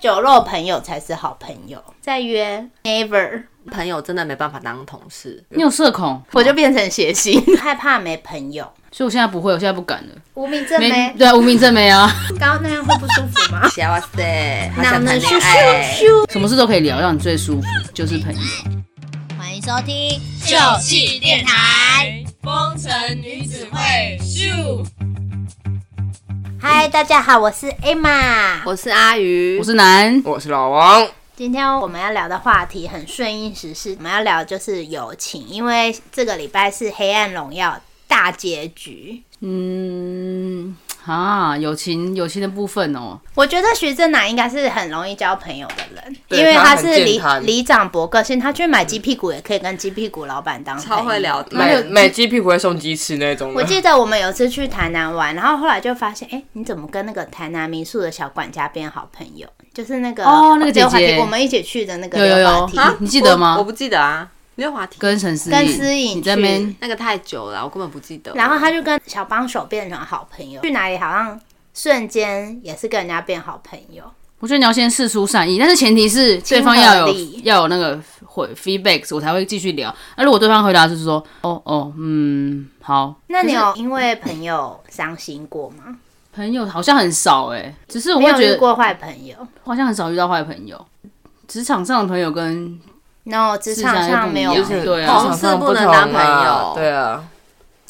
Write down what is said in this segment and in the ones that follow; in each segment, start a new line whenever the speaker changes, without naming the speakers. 酒肉朋友才是好朋友。再约，never，
朋友真的没办法当同事。
你有社恐，
我就变成谐星， 害怕没朋友。
所以我现在不会，我现在不敢了。
无名正
没
妹，
对啊，无名正没啊，
刚刚那样会不舒服 吗？
哇塞，好
那我
想
们
谈
咻
恋
咻
爱。
咻，
什么事都可以聊，让你最舒服就是朋友。
欢迎收听
九系电台风尘女子会咻。
嗨，大家好，我是 Emma。
我是阿鱼，
我是男，
我是老王，
今天我们要聊的话题很顺应时事，我们要聊的就是友情，因为这个礼拜是《黑暗荣耀》大结局。
嗯，啊，友情友情的部分哦，
我觉得徐正南应该是很容易交朋友的人，
对
因为
他很
是
健
里
谈
里长伯个性，他去买鸡屁股也可以跟鸡屁股老板当朋友
超会。聊的。
每每鸡屁股会送鸡翅那种
我
的。
记得我们有一次去台南玩，然后后来就发现，哎、你怎么跟那个台南民宿的小管家变好朋友？就是那个
哦那个姐姐
溜滑梯我们一起去的那个
有有
溜滑
有
梯，
啊你记得吗
我我不记得啊。溜滑梯
跟陈思
跟思颖
你在那边
去
那个太久了，我根本不记得。
然后他就跟小帮手变成好朋友，去哪里好像瞬间也是跟人家变好朋友。
我觉得你要先试出善意，但是前提是对方要
亲
有
和力
要有那个回 feedback，我才会继续聊。那如果对方回答就是说，哦哦，嗯，好，
那你有因为朋友伤心过吗？
朋友好像很少哎、只是嗯我
没
会
有
觉
遇
得
过坏朋友
我好像很少遇到坏朋友，职场上的朋友跟
，no，职场
职场又
上
不
没
一
有
样，对啊
通常不同
同事不能当朋友
对啊，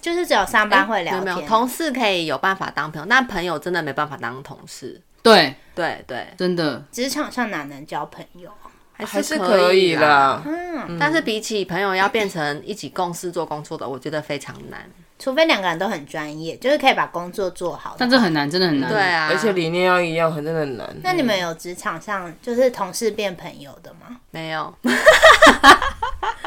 就是只有上班会聊
哎没有
天
没有，。同事可以有办法当朋友，但朋友真的没办法当同事。
对，
对对，
真的
职场上哪能交朋友？啊
还
还是
可
可以
啦。
啦。
嗯，
但是比起朋友要变成一起共事做工作的，我觉得非常难。
除非两个人都很专业，就是可以把工作做好。
但这很难，真的很难。
对啊，
而且理念要一样，很真的很难。
那你们有职场上就是同事变朋友的吗？
没有，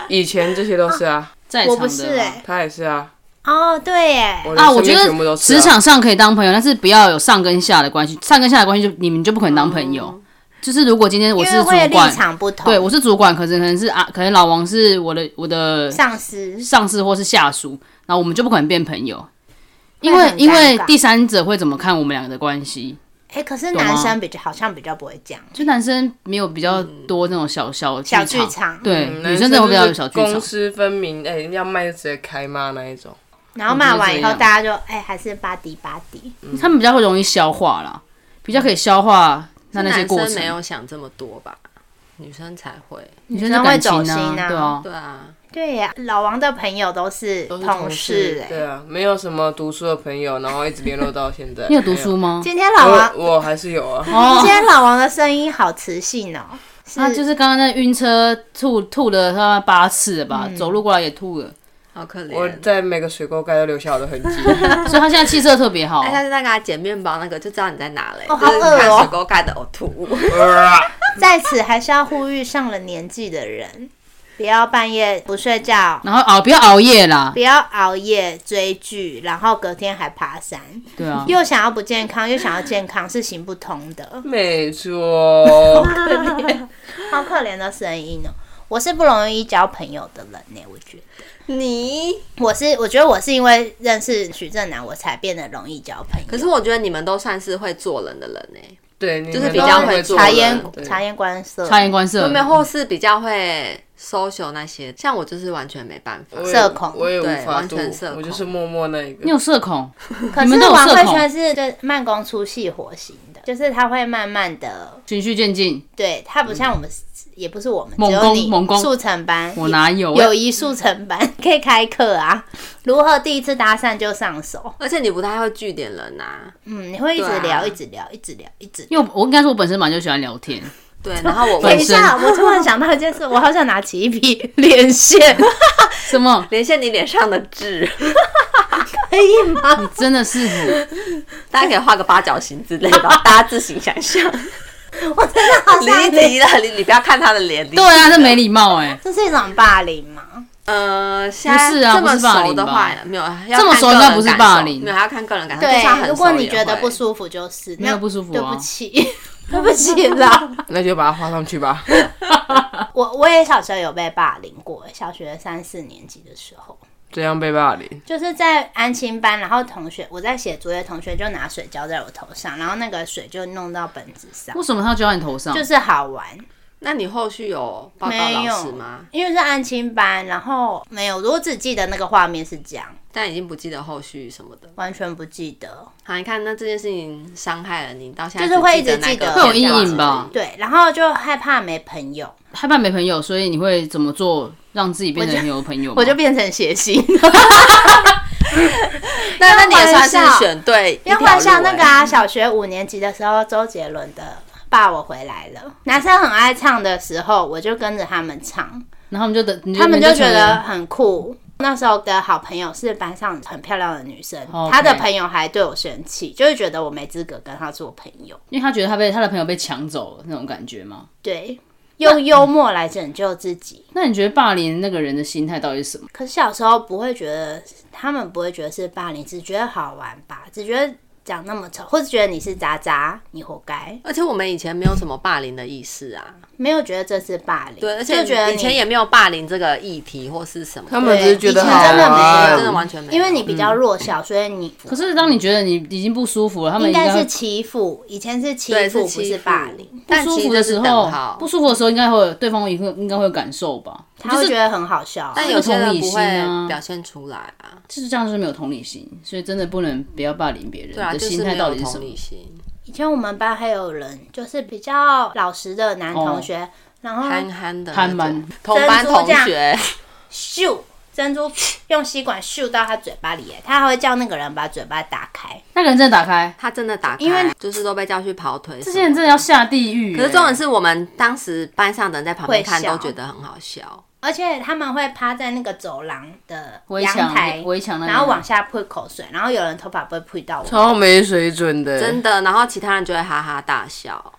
以前这些都是啊，
在
我
场
不
的
是
啊
哎、
他也是啊，
哦，对耶，
我的
啊，我
身
觉
边全部
得
都是啊
职场上可以当朋友，但是不要有上跟下的关系。上跟下的关系就你们就不可能当朋友。就是如果今天
嗯
我
因
是
为
主
会立
管，
场不同，
对我是主管，可是可能是啊，可能老王是我的我的
上司
上司或是下属，然后我们就不可能变朋友，因
会
为
很
因为
尴尬
第三者会怎么看我们两个的关系？
哎、可是
懂吗
男生比较好像比较不会讲
就男生没有比较多那种小小
小
剧
剧场，
对，
嗯
女生真的会比较有
男
小
生
剧
就是公
场。
私分明，哎，要卖就直接开骂那一种。
然后骂完以后
我觉得这样
大家就哎、还是巴迪巴迪，
他们比较会容易消化啦，比较可以消化那那些
男
过
生
程
没。有想这么多吧，女生才会。
女
生
生的
会
感情
走
啊，
心啊
对啊，
对啊，
对呀、老王的朋友都是
都是
同
事
事哎、
对啊，没有什么读书的朋友，然后一直联络到现在。
你有读书吗？
今天
没
老
有？
王，
我我还是有啊。
哦
今，天老王的声音好磁性哦、是、
他就是刚刚那晕车吐吐了他妈八次了
嗯
吧，走路过来也吐了，
好可
我
怜。哦
在每个水沟盖都留下我的痕迹。
所以他现在气色特 别好
哎，。下次再给他捡面包那个，就知道你在哪嘞。
哦
就
好
是
恶
看
哦
水沟盖的呕吐 物。
在此还是要呼吁上了年纪的人，不要半夜不睡觉，
然后熬不要熬夜啦
不，要熬夜追剧，然后隔天还爬山，
对啊，
又想要不健康，又想要健康，是行不通的。
没错，
好可怜的声音哦、我是不容易交朋友的人呢、我觉得
你
我是，我觉得我是因为认识许正南，我才变得容易交朋友。
可是我觉得你们都算是会做人的欸人呢，
对，你
就是
们
比
都
较
很
会
做
察
人
言
对
察言观色，
察言观色
有没有或是比较会 social 那些？像我就是完全没办法
我。也
社恐
我也无
对
法
完
度
全社，恐
我就是默默那一个
你。有社恐，
可
你
是
们都有
王
社
慧
恐
圈是就是慢工出细活型的，就是他会慢慢的，
循序渐进。
对他不像我们，也不是我们，
嗯猛
只有
攻
你
猛攻
速成班，
我哪有？
友谊速成班可以开课啊，如何第一次搭讪就上手？
而且你不太会据点人呐，
嗯，你会一直
对啊
聊，一直聊，一直聊，一直聊。
因为我我应该说，我本身本来就喜欢聊天，
对，然后我
等
本
一
身
下，我突然想到一件事，我好想拿起一笔 连线，
什 么？
连线你脸上的痣，
你真的是我，
大家可以画个八角形之类 的，大家自行想象。
我真的好想
离
一笔。
离了，你你不要看他的脸。离
对啊，这没礼貌哎、
这是一种霸凌
啊
吗？
呃，现在
不是啊
这么
不是霸凌
熟的话
吧，
没有
这么熟应该不是霸凌
没有还要看个人感受。就算很
对，
熟
如果你觉
也
得
会
不，舒服，就是
没有不舒服啊
对不起， 对不起啦。
那就把它画上去吧。
我我也小时候有被霸凌过，小学三四年级的时候，
怎样被霸凌？
就是在安亲班，然后同学我在写作业，同学就拿水浇在我头上，然后那个水就弄到本子上，
为什么他要浇在你头上？
就是好玩。
那你后续有报告
没
老师
有
吗？，
因为是安亲班，然后没有，我只记得那个画面是这样，
但已经不记得后续什么的。
完全不记得。
好，你看那这件事情伤害了你，到现在
就是会
只
一直记
那个
得会有
阴影
片段
吧
而已？
对，然后就害怕没朋友，
害怕没朋友，所以你会怎么做让自己变成有朋友吗？
我就变成谐 星。
那那你也算
要换
是
校
选对一条
要
路欸，
换像那个啊，小学五年级的时候，周杰伦的《爸我回来了》，男生很爱唱的时候，我就跟着他们唱，
然后他们就等，
他们就觉
你
得
传
很酷。那时候的好朋友是班上很漂亮的女生
OK
她的朋友还对我生气，就是觉得我没资格跟她做朋友。
因为他觉得他被他的朋友被抢走了那种感觉嘛。
对，用幽默来拯救自己。
那你觉得霸凌那个人的心态到底是什么？
可是小时候不会觉得，他们不会觉得是霸凌，只觉得好玩吧，只觉得长那么丑，或者觉得你是渣渣，你活该，
而且我们以前没有什么霸凌的意识啊，
没有觉得这是霸凌。
对，而
就
且
觉得
以
你
前也没有霸凌这个议题或是什么，
他们只是觉得
以
好
前真的没有
玩，
真的完全没有，
因为你比较弱小，所以你
可是当你觉得你已经不舒服了，他们
应
应该
该
会
是欺负，以前是欺
对
负
是
不
欺负
是霸凌，
不
但
舒
其
服
实
的
就是
时
等
候
号，，
不舒服的时候应该会有对方应该应该会有感受吧？
他
就
会
是
觉得很好笑啊。
但
是
有些
同
人
理
不
心啊
会表现出来啊，
就是这样，就是没有同理心，所以真的不能不要霸凌别人
对啊，
的
就是
心态
没
到
有
底是什
同
么？
理心，
以前我们班还有人就是比较老实的男同
哦
学，然后
憨憨的那
憨
种
蛮
同班同
珍珠
学，
咻珍珠 用吸管咻到他嘴巴里耶，他还会叫那个人把嘴巴打开。
那个人真的打开，
他真的打开，
因为
就是都被叫去跑腿什么的，
这些人真的要下地狱欸、
可是重点是我们当时班上的人在旁边
会
看
笑
都觉得很好笑，
而且他们会趴在那个走廊的
围
阳
墙
台，
围墙那边
然后往下哦泼口水，然后有人头发被泼到我。
超没水准的，
真的，然后其他人就会哈哈大笑。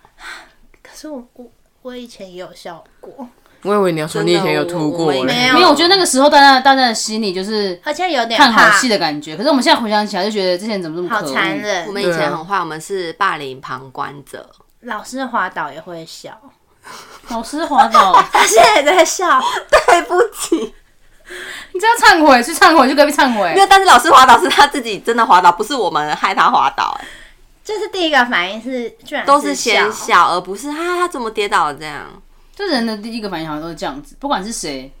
可是我我我以前也有笑过，
我以为你要说你以前有吐过
真的我我
嘞，
没有
没有，我觉得那个时候大家大家的心里就是
而且有点
看好
怕
戏的感觉。可是我们现在回想起来，就觉得之前怎么这么
好
可恶
残。忍。
我们以前很坏，我们是霸凌旁观者，
老师滑倒也会笑，
老师滑哦倒，
他现在也在笑，
对不起。
你这样忏悔去忏悔，去隔壁忏悔
没。有，但是老师滑倒是他自己真的滑倒，不是我们害他滑倒、哎
就是第一个反应是居然
都
是
是先
笑，
笑，而不是哈他怎么跌倒了这样。
这人的第一个反应好像都是这样子，不管是谁，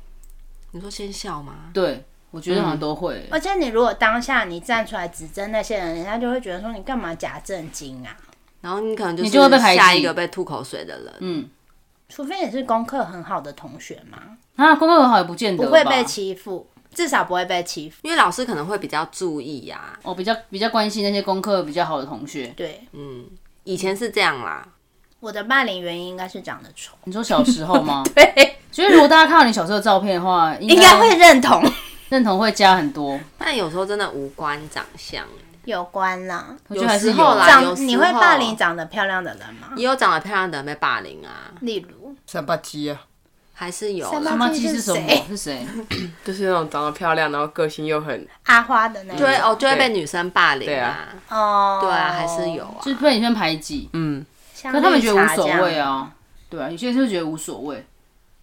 你说先笑吗？
对我觉得好像都会、
而且你如果当下你站出来指证那些人，人家就会觉得说你干嘛假正经啊？
然后你可能就
你就会被
是
排挤
下一个被吐口水的人，
嗯，
除非你是功课很好的同学嘛，
啊，功课很好也不见得
不会
吧
被欺负，至少不会被欺负。
因为老师可能会比较注意啊呀、
哦我比较比较关心那些功课比较好的同学。
对，
嗯，以前是这样啦，
我的霸凌原因应该是长得丑，
你说小时候吗？ 对。所以如果大家看到你小时候的照片的话，应
应该会认同
认同会加很多。
但有时候真的无关长相，
有关啦。
我觉得还是
有时候啦
啊
有
长
时
你会霸凌
候
长得漂亮的人吗？
也有长得漂亮的人被霸凌啊，
例如，
三八七啊，
还是有
三八
妈
啦。
妈鸡是什么
是谁？
是谁？
就是那种长得漂亮，然后个性又很
阿花的那一
就会
种
哦，就会被女生霸凌
对
啊
啊，
哦，
对啊，还是有啊
就。是被你先排挤，
嗯，
像
可是他们
绿
觉得无
茶
所
这样
谓啊。对啊，有些人就觉得无所谓，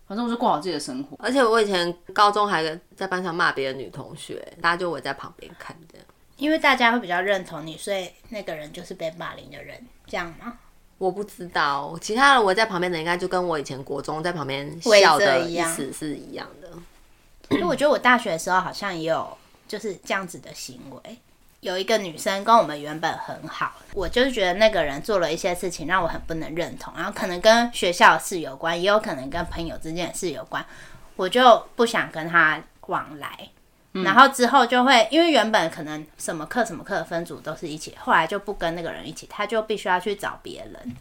反正我就过好自己的生活。
而且我以前高中还在班上骂别的女同学，大家就围在旁边看的。
因为大家会比较认同你，所以那个人就是被霸凌的人，这样吗？
我不知道，其他人围在旁边的应该就跟我以前国中在旁边
围着
笑的
一
意
样
思是一样的。
因为我觉得我大学的时候好像也有就是这样子的行为。有一个女生跟我们原本很好，我就是觉得那个人做了一些事情让我很不能认同，然后可能跟学校的事有关，也有可能跟朋友之间的事有关，我就不想跟他往来。然后之后就会，因为原本可能什么课什么课的分组都是一起，后来就不跟那个人一起，他就必须要去找别人。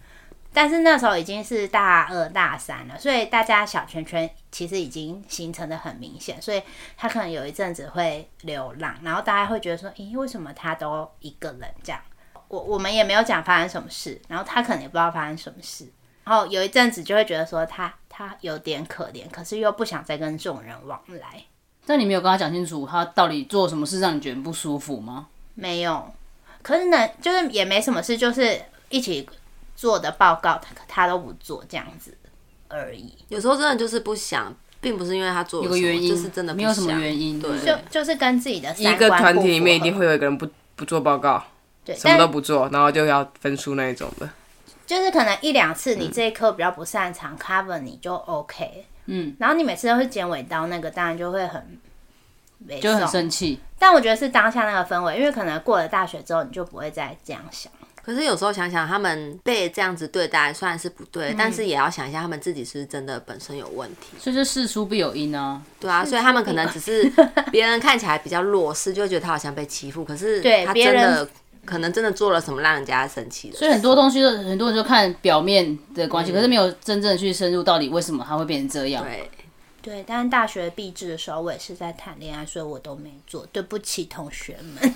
但是那时候已经是大二大三了，所以大家小圈圈其实已经形成的很明显，所以他可能有一阵子会流浪，然后大家会觉得说，咦，为什么他都一个人这样？我我们也没有讲发生什么事，然后他可能也不知道发生什么事，然后有一阵子就会觉得说他他有点可怜，可是又不想再跟这种人往来，
但你没有跟他讲清楚，他到底做什么事让你觉得不舒服吗？
没有，可是呢，就是也没什么事，就是一起做的报告他他都不做这样子而已。
有时候真的就是不想并不是因为他做了
有个
什么
原因
就是真的不
没有什么
想
原因
对，
对
就就是跟自己的三
一个
观
团
不
体里面一
符
定
合
会有一个人不不做报告，
对，
什么
但
都不做，然后就要分数那一种的。
就是可能一两次你
嗯
这一科比较不擅长、cover 你就 OK，
嗯，
然后你每次都是剪尾刀那个，当然就会很没
就很
送
生气。
但我觉得是当下那个氛围，因为可能过了大学之后，你就不会再这样想。
可是有时候想想，他们被这样子对待虽然是不对，但是也要想一下他们自己是不是真的本身有问题。
所以就事出必有因啊，
对啊，所以他们可能只是别人看起来比较弱势，就会觉得他好像被欺负，可是
对
他
别
真
人
的可能真的做了什么让人家生气的事。
所以很多东西都很多人就看表面的关系，可是没有真正去深入到底为什么他会变成这样。
嗯对，
对，但是大学毕制的时候，我也是在谈恋爱，所以我都没做，对不起同学们，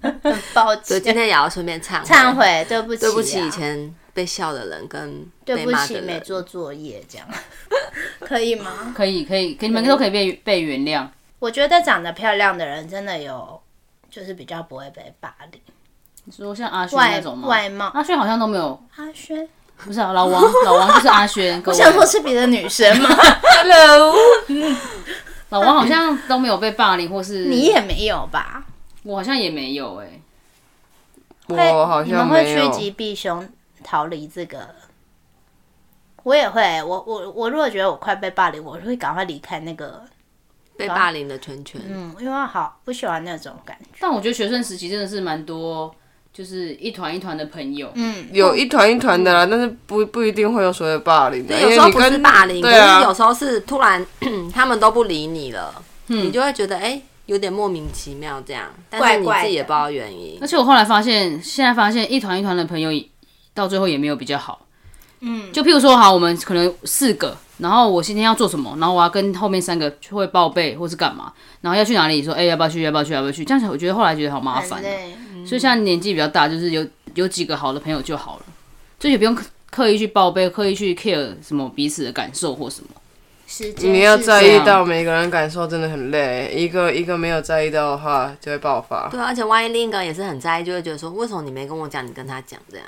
很抱
所以
歉，
今天也要顺便忏
忏，悔，对不起、啊
对不起以，前被笑的人跟
对
被
不
骂
起
的
没
人。
做作业，这样 可以吗？
可以，可以，可以你们都可以被被原谅。
我觉得长得漂亮的人真的有，就是比较不会被霸凌。
你说像阿轩那
外
种吗？
外貌，
阿轩好像都没有，
阿轩，
不是啊，老王，老王就是阿 轩，各
我
位
想说是别的女生 吗？
老王好像都没有被霸凌，或是
你也没有吧？
我好像也没有哎、
会
我好像
你们会
没
趋
有，
吉避凶，逃离这个。我也会，我我我如果觉得我快被霸凌，我会赶快离开那个，
被霸凌的圈圈，
嗯，因为我好不喜欢那种感觉，
但我觉得学生时期真的是蛮多，就是一团一团的朋友，
嗯，
有一团一团的啦，但是不不一定会有所谓的霸凌的，
对，
因
有
为
时候
哎你
不是
跟
霸凌，可
对
是
啊
有，时候是突然 他们都不理你了，你就会觉得哎、有点莫名其妙这样，但
怪
是你
怪
自己也
的
不知道原因
而。且我后来发现，现在发现一团一团的朋友也到最后也没有比较好。
嗯，
就譬如说，好，我们可能四个，然后我今天要做什么，然后我要跟后面三个会报备或是干嘛，然后要去哪里，说哎、要不要去，要不要去，要不要去，这样子我觉得后来觉得好麻
很
烦哦、
累，
所以现在年纪比较大，就是有有几个好的朋友就好了，就也不用刻刻意去报备，刻意去 care 什么彼此的感受或什么。
时间
你要
是
在
这
意
样
到每个人感受真的很累，一个一个没有在意到的话就会爆发。
对，而且万一另一个也是很在意，就会觉得说，为什么你没跟我讲，你跟他讲这样，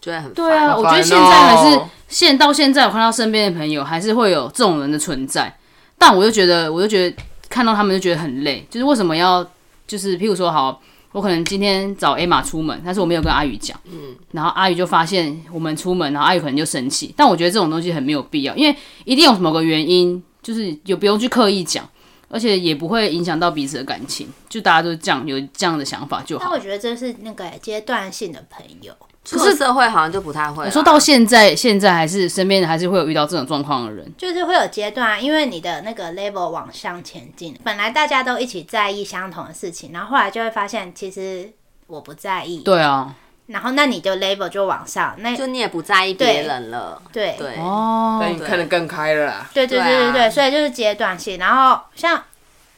就会很
对啊，
好
我觉得
烦
现在还是
哦
现到现在，我看到身边的朋友还是会有这种人的存在，但我就觉得，我就觉得看到他们就觉得很累，就是为什么要，就是譬如说，好，我可能今天找 Emma 出门，但是我没有跟阿宇讲，嗯，然后阿宇就发现我们出门，然后阿宇可能就生气，但我觉得这种东西很没有必要，因为一定有某个原因，就是也不用去刻意讲。而且也不会影响到彼此的感情，就大家都这样有这样的想法就
但
好
我。觉得这是那个阶段性的朋友，
出了社会好像就不太会啦。啊
我说到现在，现在还是身边还是会有遇到这种状况的人，
就是会有阶段，因为你的那个 level 往上前进，本来大家都一起在意相同的事情，然后后来就会发现其实我不在意，
对啊，
然后那你的 level 就往上，那
就你也不在意别人了，
对
对，
哦，
但你看得更开了啦。
对对对
对
对
啊
对，所以就是阶段性。然后像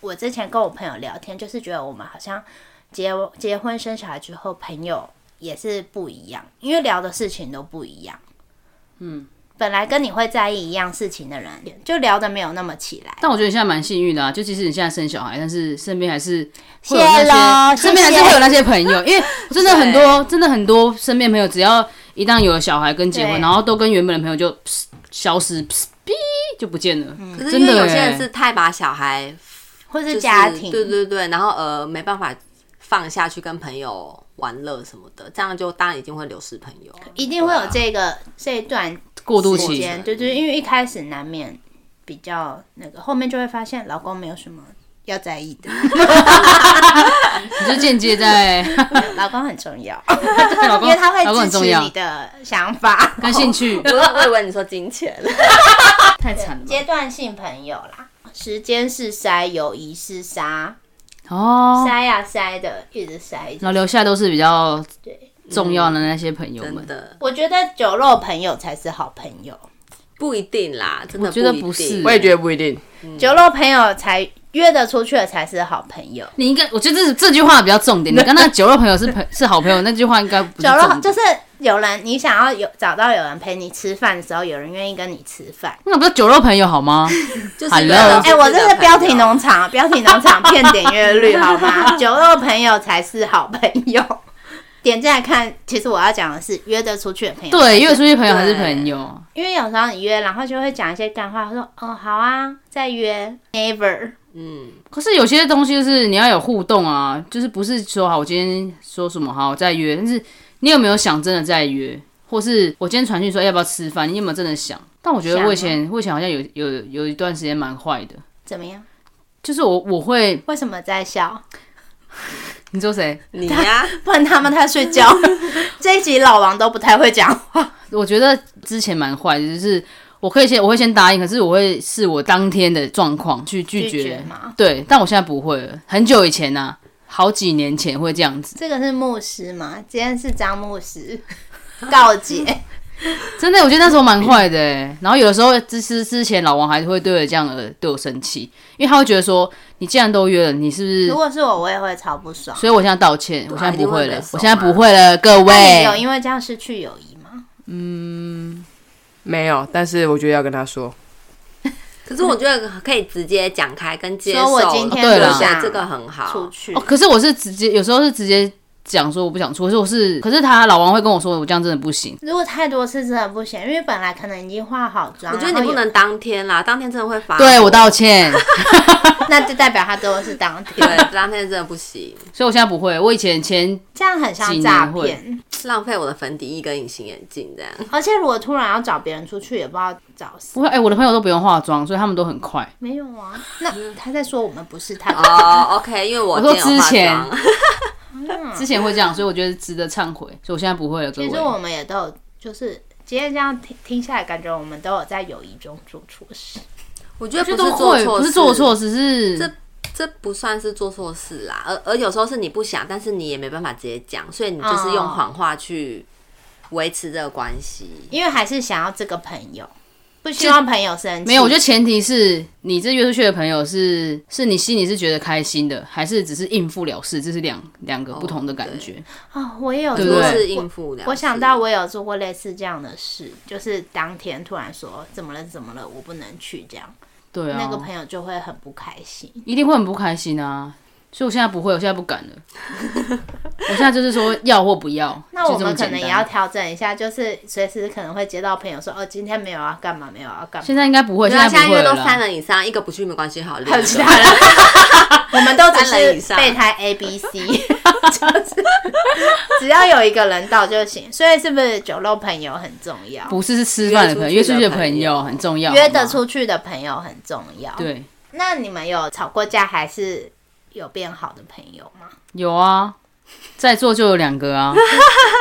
我之前跟我朋友聊天，就是觉得我们好像结结婚生小孩之后，朋友也是不一样，因为聊的事情都不一样。
嗯，
本来跟你会在意一样事情的人，就聊的没有那么起来。
但我觉得你现在蛮幸运的啊，就即使你现在生小孩，但是身边还是
谢
会有那
咯
些，身边还
谢
是
谢
会有那些朋友， 因为真的很多，真的很多身边朋友，只要一旦有了小孩跟结婚，
对
然后都跟原本的朋友就噗消失，噗哔就不见了。
嗯
可是因为有些
真的耶
人是太把小孩
或
就是
家庭，
对对对，然后呃没办法放下去跟朋友玩乐什么的，这样就当然一定会流失朋友。
一定会有这个这一段
过渡
时
期
间，对对，因为一开始难免比较那个，后面就会发现老公没有什么要在意 的，
你就间 接在
老公很重要。
对老 公，
因为他
老公
会
很
支
重
持
要
你，的想法。
跟 兴趣
我我以为你说金钱，
太惨了吧
阶段性朋友啦，时间是筛，友谊是沙，
哦。
筛呀筛的，一直筛。一直
然后留下都是比较
对
重要的那些朋友
真
们，
的
我觉得酒肉朋友才是好朋友，
不一定啦，真的
我觉得
一定
不是
我也觉得不一定，
酒肉朋友才约得出去的才是好朋友。
你应该，我觉得这这句话比较重点。你跟那酒肉朋友是朋 是好朋友，那句话应该不是
酒
重
肉
点。
就是有人，你想要有找到有人陪你吃饭的时候，有人愿意跟你吃饭。
那不是酒肉朋友好 吗？
就是
，Hello
约得出
哎、
去
我这
的
是标
朋
题
友
农 场，标题农场骗点阅率好吗？酒肉朋友才是好朋友。 点进来看，其实我要讲的是约得出去的朋友。
对，约得出去朋友还是朋友，
因为有时候你约，然后就会讲一些干话，说哦好啊，再约，never。
嗯，
可是有些东西就是你要有互动啊，就是不是说好我今天说什么好我再约，但是你有没有想真的再约，或是我今天传讯说要不要吃饭，你有没有真的想？啊但我觉得我以前我以前好像有有有一段时间蛮坏的，
啊怎么样？
就是我我会
为什么在笑？
你说谁？
你呀、
问他们他睡 觉。这一集老王都不太会讲话，
我觉得之前蛮坏的，就是我可以先我会先答应，可是我会视我当天的状况去拒绝。
拒绝吗
对，但我现在不会了。很久以前呐、好几年前会这样子，
这个是牧师吗？今天是张牧 师告解，
真的，我觉得那时候蛮坏的、欸。然后有的时候之之之前老王还是会对我这样的对我生气，因为他会觉得说你既然都约了，你是不
如
是？
果是我，我也会超不爽。
所以我现在道歉，
对
我
啊
现在不
一定会
了
被，送
我
啊
现在不会了，各
那你有
位。
因为这样失去友谊吗？
没有，但是我觉得要跟他说，
可是我觉得可以直接讲开跟接受，
说我今天
哦对啦
我觉得这个很
出
好。
去
哦，，可是我是直接，有时候是直接讲说我不想出，可是我是，可是他老王会跟我说我这样真的不行。
如果太多次真的不行，因为本来可能已经化好妆，
我觉得你不能当天啦，当天真的会
啊
发火。
对我 道歉。
然 后有，那就代表他都是当 天，
对，当天真的不行，
所以我现在不会。我以前前
这样很像诈骗。
浪费我的粉底液跟隐形眼镜这样。
而且如果突然要找别人出去，也不知道找谁。
不会，哎、我的朋友都不用化妆，所以他们都很快。
没有啊，那他在说我们不是他。
哦、o k 因为我
我说
今天有化
之前
妆
之前会这样，所以我觉得值得忏悔，所以我现在不会了。各
嗯其
位
实，我们也都有，就是今天这样听听下来，感觉我们都有在友谊中做错事。
我觉得
我
不
觉
是
得都
做
会，
错，
不是做，错，只是
这不算是做错事啦。而而有时候是你不想，但是你也没办法直接讲，所以你就是用
哦
谎话去维持这个关系。
因为还是想要这个朋友，不希望朋友生气。
没有。我觉得前提是你这约出去的朋友是是你心里是觉得开心的，还是只是应付了事，这是两两个不同的感觉。
啊、我也有
对
做
不
就
过
对
是应付了。
我想到我有做过类似这样的事，就是当天突然说怎么了怎么了，我不能去这样，
对啊，
哦那个朋友就会很不开心。
一定会很不开心啊。所以我现在不会，我现在不敢了。我现在就是说要或不要，
那我
就这么
们可
简
能
单
也要调整一下，就是随时可能会接到朋友说哦，今天没有要干嘛，没有要干嘛。
现在应该不会，
对啊，
在
现在
不
因
会
为
了
都
啦。
三人以上，一个不去没关系，好，哦
还
六
有
个
其他人， 我们都 只
三人以
是
上
备胎 A B C，就是只要有一个人到就行。所以是不是酒肉朋友很重要？
不是是吃饭的朋友，约
约
出
出
去
去
的
的
朋
朋
友
友
很重要，
约
好
得
吗。
出去的朋友很重要。，
对，
那你们有吵过架还是有变好的朋友 吗？
有啊，在座就有两个啊，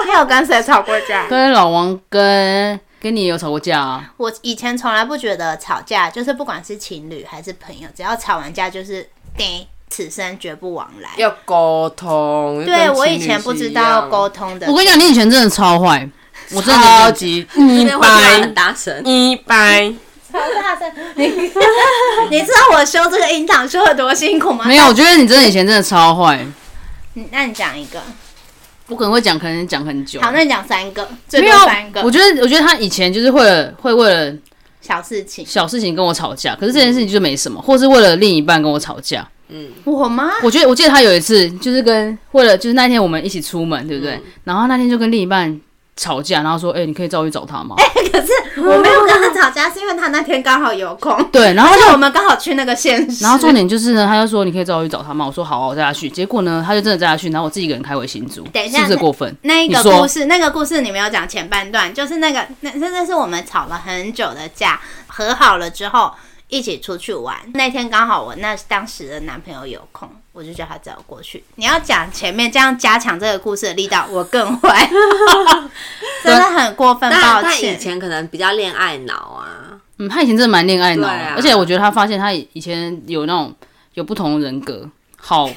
你有跟谁吵过架？
跟老王跟跟你也有吵过 架啊，
我以前从来不觉得吵架，就是不管是情侣还是朋友，只要吵完架就是叮，此生绝不往来。
要沟通。
对我以前不知道沟通的，
我跟你讲，你以前真的超坏，我真的
超级
这
一
边会骂
般
很大声。
一般，
超大声！你 你知道我修这个音档修的多辛苦吗？
没有，我觉得你真的以前真的超坏，
你，那你讲一个，
我可能会讲，可能讲很久。
好，那你讲三个，最
没
多
有
三，
我
个
觉得我觉得他以前就是为了会为了
小事情。
小事情跟我吵架，可是这件事情就没什么，或是为了另一半跟我吵架。
嗯，
我吗？
我觉得我记得他有一次就是跟为了就是那天我们一起出门，对不对？然后那天就跟另一半吵架，然后说：“哎、你可以照去找他吗？”
可是 我没有跟他吵架，是因为他那天刚好有空，
对，然后
而
就
且我们刚好去那个县市。
然后重点就是呢，他就说你可以找我去找他吗？我说好、啊，我带他去。结果呢，他就真的带他去，然后我自己一个人开回新竹，
等一下
是不是过分？
那一个
你说
故事，那个故事你没有讲前半段，就是那个那真的是我们吵了很久的架，和好了之后一起出去玩。那天刚好我那当时的男朋友有空，我就叫他载我过去。你要讲前面这样加强这个故事的力道，我更坏，真的很过分，
但
抱
但以
歉。
前可能比较恋爱脑啊，
嗯，他以前真的蛮恋爱脑的，
对啊
而且我觉得他发现他以以前有那种有不同人格， 好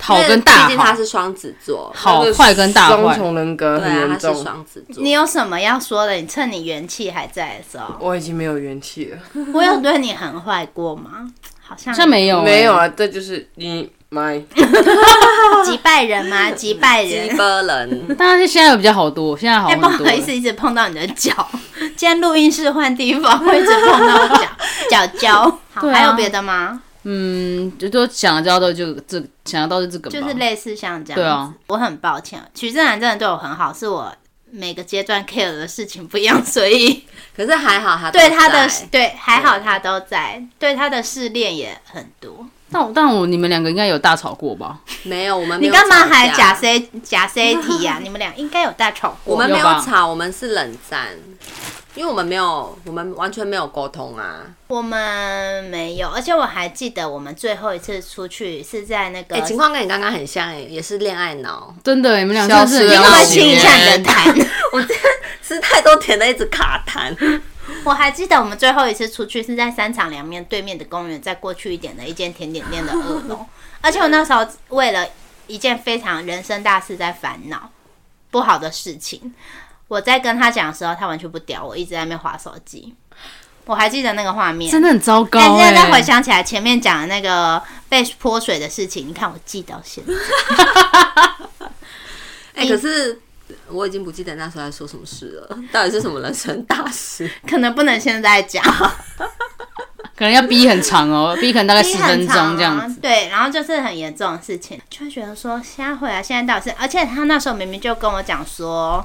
好
因为
跟大
毕竟他
好，
是双子座，
好坏跟大
双
坏。
重人格
对
很
啊，
严
他是
重。
双子座。
你有什么要说的？你趁你元气还在的时候，
我已经没有元气了，
我有对你很坏过吗？好像
好像没有、欸
没有，啊，这就是你买
击败人吗？击败
鸡
人。
巴人，
但是现在有比较好多，现在好
哎、
很
不
多。
好意思，一直碰到你的脚。 今天录音室换地方，会一直碰到脚脚胶。好，
对啊
还有别的吗？
嗯，就都想要交到就这，想要到就这个吧，
就是类似像这样。
对啊，
我很抱歉，徐正南真的对我很好，是我每个阶段 care 的事情不一样，所以
可是还好他都
对他的
在
对还好他都在，对他的试炼也很多。
但我但我你们两个应该有大吵过吧？
没有我们
你
没有
干嘛
吵
还
架
假 C 假 C 题呀、 你们俩应该有大吵过。
我们没有
有吧
吵，我们是冷战，因为我们没有，我们完全没有沟通啊。
我们没有，而且我还记得我们最后一次出去是在那个。
哎、情况跟你刚刚很像、哎，也是恋爱脑，
真的，你们俩真的是很
消失了
你
要
会
亲
亲一下你的痰。
吃太多甜的一直卡 痰。
我还记得我们最后一次出去是在三场两面对面的公园，再过去一点的一间甜点店的二
嗯
楼。而且我那时候为了一件非常人生大事在烦恼，不好的事情。我在跟他讲的时候，他完全不屌我，一直在那边划手机。我还记得那个画面，
真的很糟糕
但现在
哎、
再回想起来前面讲的那个被泼水的事情，你看我记到现在。
哎、可是我已经不记得那时候在说什么事了， 到底是什么人生大事？
可能不能现在讲，
可能要逼很长哦， 逼可能大概
因为
十
很
分钟
长啊
这样子。
对，然后就是很严重的事情，就会觉得说现在回来，现在到底是，而且他那时候明明就跟我讲说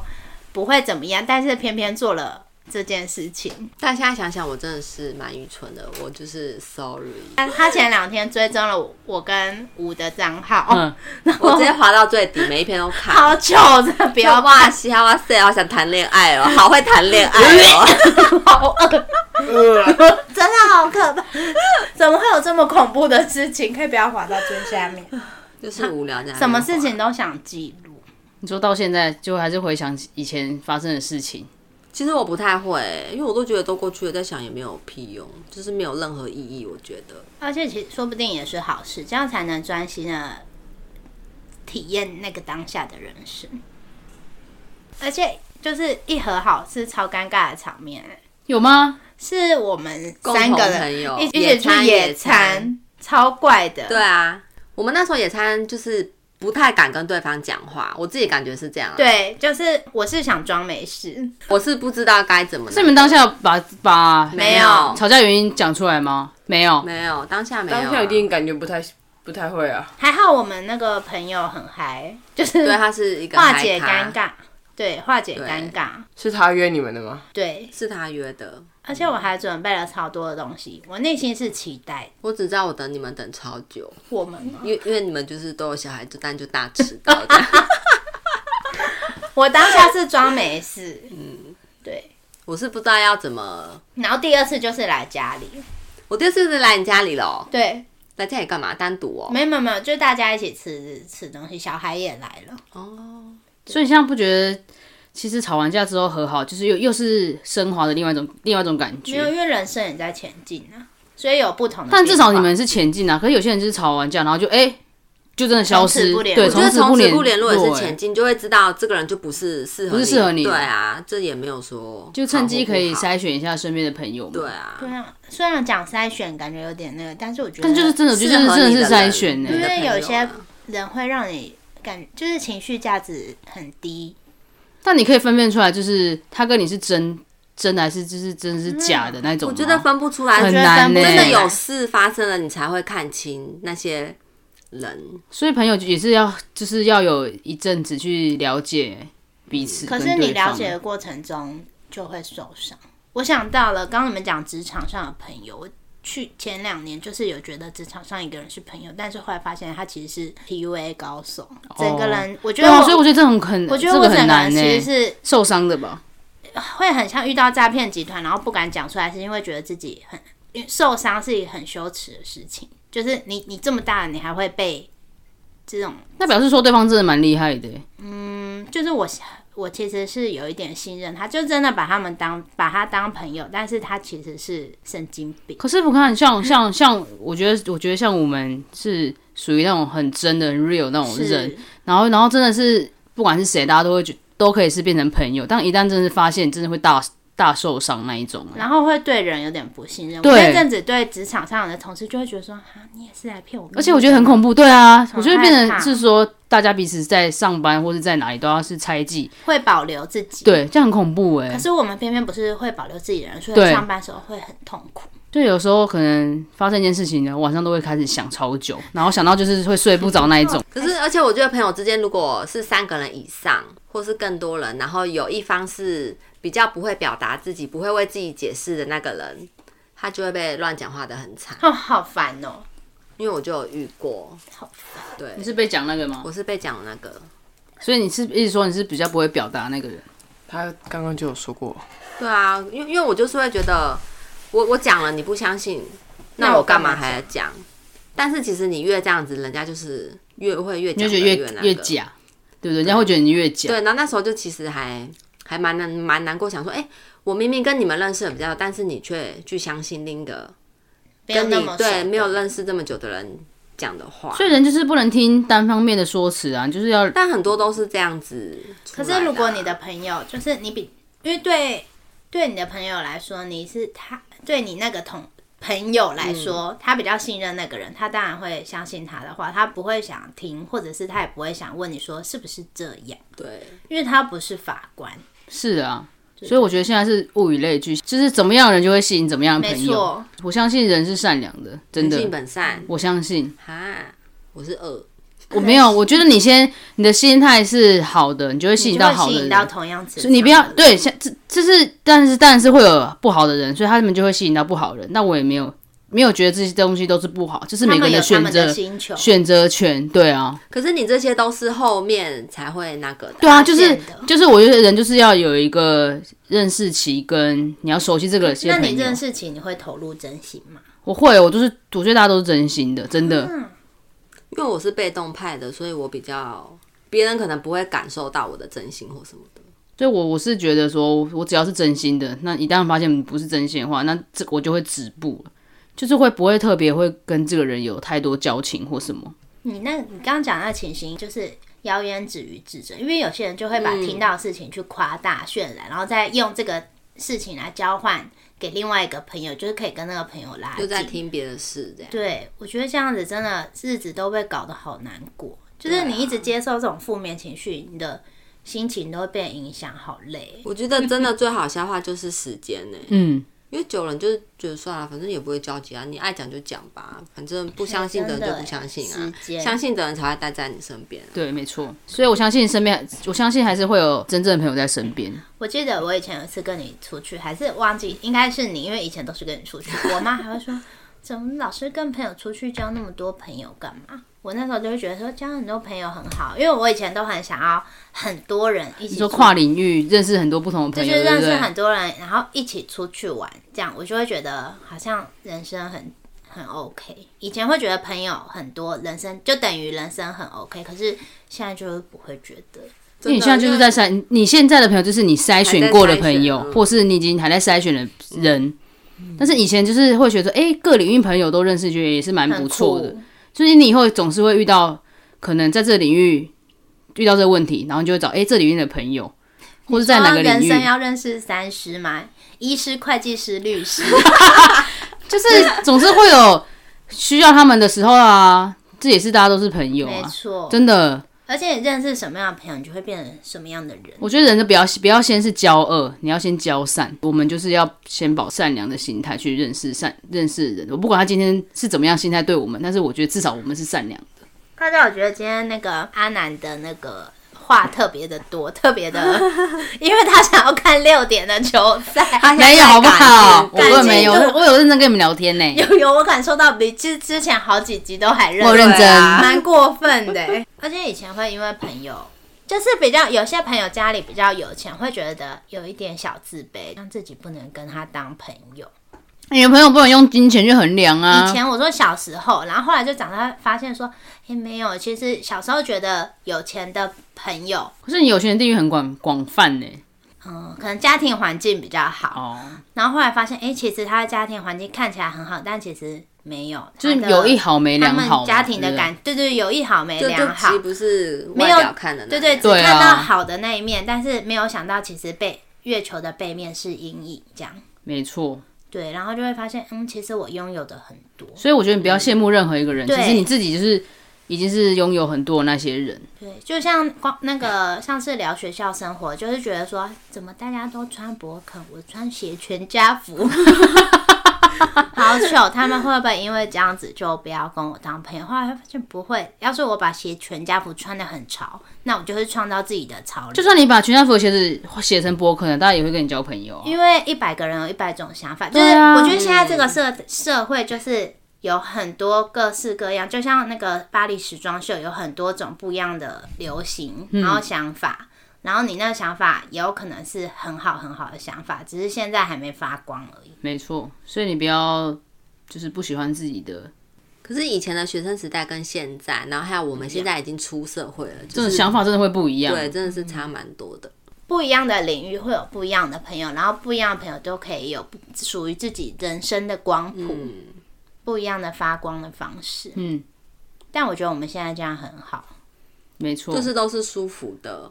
不会怎么样，但是偏偏做了这件事情。
但现在想想，我真的是蛮愚蠢的，我就是 sorry，
但他前两天追踪了我我跟吴的账号，
嗯，
我直接滑到最底，每一篇都看。
好糗，真的不
不要
要
哇
骂，
西哈哇塞，好想谈恋爱哦，好会谈恋爱 哦。
好恶，真的好可怕， 怎么会有这么恐怖的事情？可以不要滑到最下面，
就是无聊这样。
什么事情？都想记录。
你说到现在就还是回想以前发生的事情，
其实我不太会，因为我都觉得都过去了，在想也没有屁用，就是没有任何意义。我觉得
而且其实说不定也是好事，这样才能专心的体验那个当下的人生。而且就是一和好是超尴尬的场面，欸
有吗？
是我们三个
共同朋友
人一一起去
野餐野
野
餐
餐，超怪的。
对啊，我们那时候野餐就是不太敢跟对方讲话，我自己感觉是这样。，啊
对，就是我是想装没事，
我是不知道该怎么。
是你们当下有把把
没
有啊
吵架原因讲出来吗？没有，
哦没有当下没有啊，
当下一定感觉不太不太会啊，
还好我们那个朋友很嗨，就是
对他是一个
化解
嗨咖
尴，尬，对，化解尴尬，
是他约你们的吗？
对。
是他约的。
而且我还准备了超多的东西，我内心是期待
我只知道我等你们等超久，
我们吗
因为因为你们就是都有小孩，就但就大迟到这样。
我当下是装没事，嗯，对。
我是不知道要怎么。
然后第二次就是来家里，
我第二次是来你家里了，
对，
来家里干嘛？单独哦。
没有没有没有，就大家一起吃吃东西，小孩也来了，
哦，
所以现在不觉得，其实吵完架之后和好，就是又又是升华的另外一种另外一种感
没有，
觉。
因为人生也在前进啊，所以有不同的变化。
但至少你们是前进啊，可是有些人就是吵完架，然后就哎、就真的消
从
失
此不，联
对，
络
就是
此
从此不联
联
络也是前
哎
进，就会知道这个人就不是适合
不是适合你的
对啊，这也没有说
就趁机可以
好或不好
筛选一下身边的朋友嘛。
对
对
啊，
啊，虽然讲筛选感觉有点那个，但是我觉得，
但就是真的，我觉得真
适
的
合你
真
的
的
人
是筛选欸呢、
因
的
为
朋友啊
有些人会让你感觉就是情绪价值很低，
但你可以分辨出来，就是他跟你是真真的还是就是真的是假的那种
嗯我
吗。
觉得分不出来，
很
觉得分
难欸呢、
不
真
出
的
来
有事发生了，你才会看清那些人。
所以朋友也是要就是要有一阵子去了解彼此
可
跟对
是
方。啊
你了解的过程中就会受伤。我想到了，刚刚你们讲职场上的朋友，我去前两年就是有觉得职场上一个人是朋友，但是后来发现他其实是 PUA 高手，整个人、我觉
哦对
得
啊，
我，
所以我觉得这很很，
我觉得
这
我
个
整
很
个
难
人
欸呢、
其实是
受伤的吧？
会很像遇到诈骗集团，然后不敢讲出来，是因为觉得自己很因为受伤是一个很羞耻的事情，就是你你这么大了，你还会被这种
那表示说对方真的蛮厉害的欸、
就是我我其实是有一点信任他，就真的把他们当把他当朋友，但是他其实是神经病。
可是不看
嗯
像像像，我觉得我觉得像我们是属于那种很真的、很 real 那种哦人
是，，
然后然后真的是不管是谁，大家都会觉都可以是变成朋友，但一旦真的发现，真的会大大受伤那一种欸、
然后会对人有点不信任。我
对
那阵子对职场上的同事就会觉得说，啊，你也是来骗我们。
而且我觉得很恐怖，对啊，我觉得变
嗯害
成
怕
是说大家彼此在上班或是在哪里都要是猜忌，
会保留自己。。
对，这样很恐怖哎、
可是我们偏偏不是会保留自己的人，所以
对
上班时候会很痛苦。
就有时候可能发生一件事情呢，晚上都会开始想超久，然后想到就是会睡不着那一种。
可
哎
是，而且我觉得朋友之间，如果是三个人以上，或是更多人，然后有一方是比较不会表达自己、不会为自己解释的那个人，他就会被乱讲话的很惨。
哦，好烦哦，
因为我就有遇过，
好烦。
对
你，是被讲那个吗？
我是被讲那个，
所以你是一直说你是比较不会表达那个人，
他刚刚就有说过，
对啊，因为因为我就是会觉得，我我讲了你不相信，
那
那
我
我干
干
嘛
嘛
还要讲？但是其实你越这样子，人家就是越会越
你
讲
就
得
觉得越
那
越
个。
假，对不对？人家会觉得你越假。
对，然后那时候就其实还还蛮难蛮难过，想说，哎、我明明跟你们认识的比较，但是你却去相信另一个
没有
跟
那
你
么
对
熟
没有认识这么久的人讲的话，
所以人就是不能听单方面的说辞啊，你就是要
但很多都是这样子出
可
来啊。
是如果你的朋友就是你比，因为对对你的朋友来说，你是他对你那个同朋友来说，
嗯
他比较信任那个人，他当然会相信他的话，他不会想听，或者是他也不会想问你说是不是这样，
对
因为他不是法官。
是啊。所以我觉得现在是物以类聚，就是怎么样的人就会吸引怎么样的
没
朋友。嗯
错，
我相信人是善良的，真
人性
的，
本善
我相信。
哈，我是恶，
我没有，我觉得你先，你的心态是好的，你就会吸
你
引
就
到
会
好
吸
的
引
人。
到同样磁
所以你
场
不要
的人
对，像这这是，但是但是会有不好的人，所以他们就会吸引到不好人。那我也没有没有觉得这些东西都是不好，就是
他
每个
们
人
有他
选
们
择
的星球，
选择权，对啊，
可是你这些都是后面才会那个的。
对啊，就是
现的
就是我觉得人就是要有一个认识期，跟你要熟悉这个些
那
朋
你这
友
件。事情你会投入真心吗？
我会，我就是我觉得大家都是真心的，真的。
嗯
因为我是被动派的，所以我比较别人可能不会感受到我的真心或什么的。
所以我我是觉得说，我只要是真心的，那一旦发现不是真心的话，那这我就会止步了，就是会不会特别会跟这个人有太多交情或什么？
你那，你刚刚讲那情形就是谣言止于智者，因为有些人就会把
嗯
听到的事情去夸大渲染，然后再用这个事情来交换给另外一个朋友，就是可以跟那个朋友拉
就在
近。
听别的事这样。
对，我觉得这样子真的日子都被搞得好难过，
啊
就是你一直接受这种负面情绪，你的心情都会被影响，好累。
我觉得真的最好消化就是时间呢、
嗯，
因为久了你就觉得算了，反正也不会交集啊，你爱讲就讲吧，反正不相信的人就不相信
真
啊
的时，间
相信的人才会待在你身边、啊。
对，没错。所以我相信身边，我相信还是会有真正的朋友在身边。
我记得我以前有一次跟你出去，还是忘记，应该是你，因为以前都是跟你出去。我妈还会说，怎么老是跟朋友出去交那么多朋友干嘛？我那时候就会觉得说，交很多朋友很好，因为我以前都很想要很多人一起出
你说跨领域认识很多不同的
就
朋
是
友，对
认
不
识
对？
很多人，然后一起出去玩，这样我就会觉得好像人生很很 OK。以前会觉得朋友很多，人生就等于人生很 OK，可是现在就不会觉得。
因为你现在就是在筛，你现在的朋友就是你筛选过的朋友
还在筛选，嗯
或是你已经还在筛选的人。
嗯
但是以前就是会觉得，哎、各领域朋友都认识，觉得也是蛮不错的
很。酷
就是你以后总是会遇到，可能在这个领域遇到这个问题，然后你就会找哎、诶这领域的朋友，或者在哪个
说
领
哦人
域，
生要认识三师吗？医师、会计师、律 师，
就是总是会有需要他们的时候啊。这也是大家都是朋友
没
啊，
错。
真的。
而且你认识什么样的朋友，你就会变成什么样的人。
我觉得人就不要不要先是骄傲，你要先骄善。我们就是要先保善良的心态去认识善认识人。我不管他今天是怎么样心态对我们，但是我觉得至少我们是善良的。
大家，我觉得今天那个阿南的那个话特别的多，特别 的，因为他想要看六点的球赛。
没有好不好？我
感
问没有，
情度
我有认真跟你们聊天呢、
有有，我感受到比之之前好几集都还认
我认真
蛮过分的欸、而且以前会因为朋友，就是比较有些朋友家里比较有钱，会觉得有一点小自卑，让自己不能跟他当朋友。
你的朋友不能用金钱去衡量啊。
以前我说小时候，然后后来就长大发现说，哎，没有，其实小时候觉得有钱的朋友，
可是你有钱人地域很广广泛呢、
嗯，可能家庭环境比较好，
哦，
然后后来发现，哎，其实他的家庭环境看起来很好，但其实没有，
就是
他的
有一好没
他
两好
们
嘛。
家庭
对
的
不对
感，对对，有一好没
就就
两好
其实，不是
没
外
有
表看的那
对
样，
对，只
对啊
看到好的那一面，但是没有想到其实背月球的背面是阴影，这样
没错。
对，然后就会发现，嗯，其实我拥有的很多，
所以我觉得你不要羡慕任何一个人，
对
其实你自己就是已经是拥有很多的那些人。
对，就像光那个上次聊学校生活，就是觉得说， 怎么大家都穿博肯，我穿斜全家福，好要求，他们会不会因为这样子就不要跟我当朋友？后来发现不会。要是我把鞋全家福穿的很潮，那我就会创造自己的潮流。
就算你把全家福的鞋子写成博客呢，大家也会跟你交朋友啊、
因为一百个人有一百种想法，就
对
是
啊
我觉得现在这个社社会就是有很多各式各样，就像那个巴黎时装秀有很多种不一样的流行，
嗯
然后想法，然后你那个想法也有可能是很好很好的想法，只是现在还没发光而已。
没错，所以你不要就是不喜欢自己的
可是以前的学生时代跟现在，然后还有我们现在已经出社会了，
这
就
种
是
想法，真嗯的会不一样。
对，真的是差蛮多的。
不一样的领域会有不一样的朋友，然后不一样的朋友都可以有不属于自己人生的光谱，
嗯，
不一样的发光的方式。
嗯，
但我觉得我们现在这样很好。
没错，
就是都是舒服的，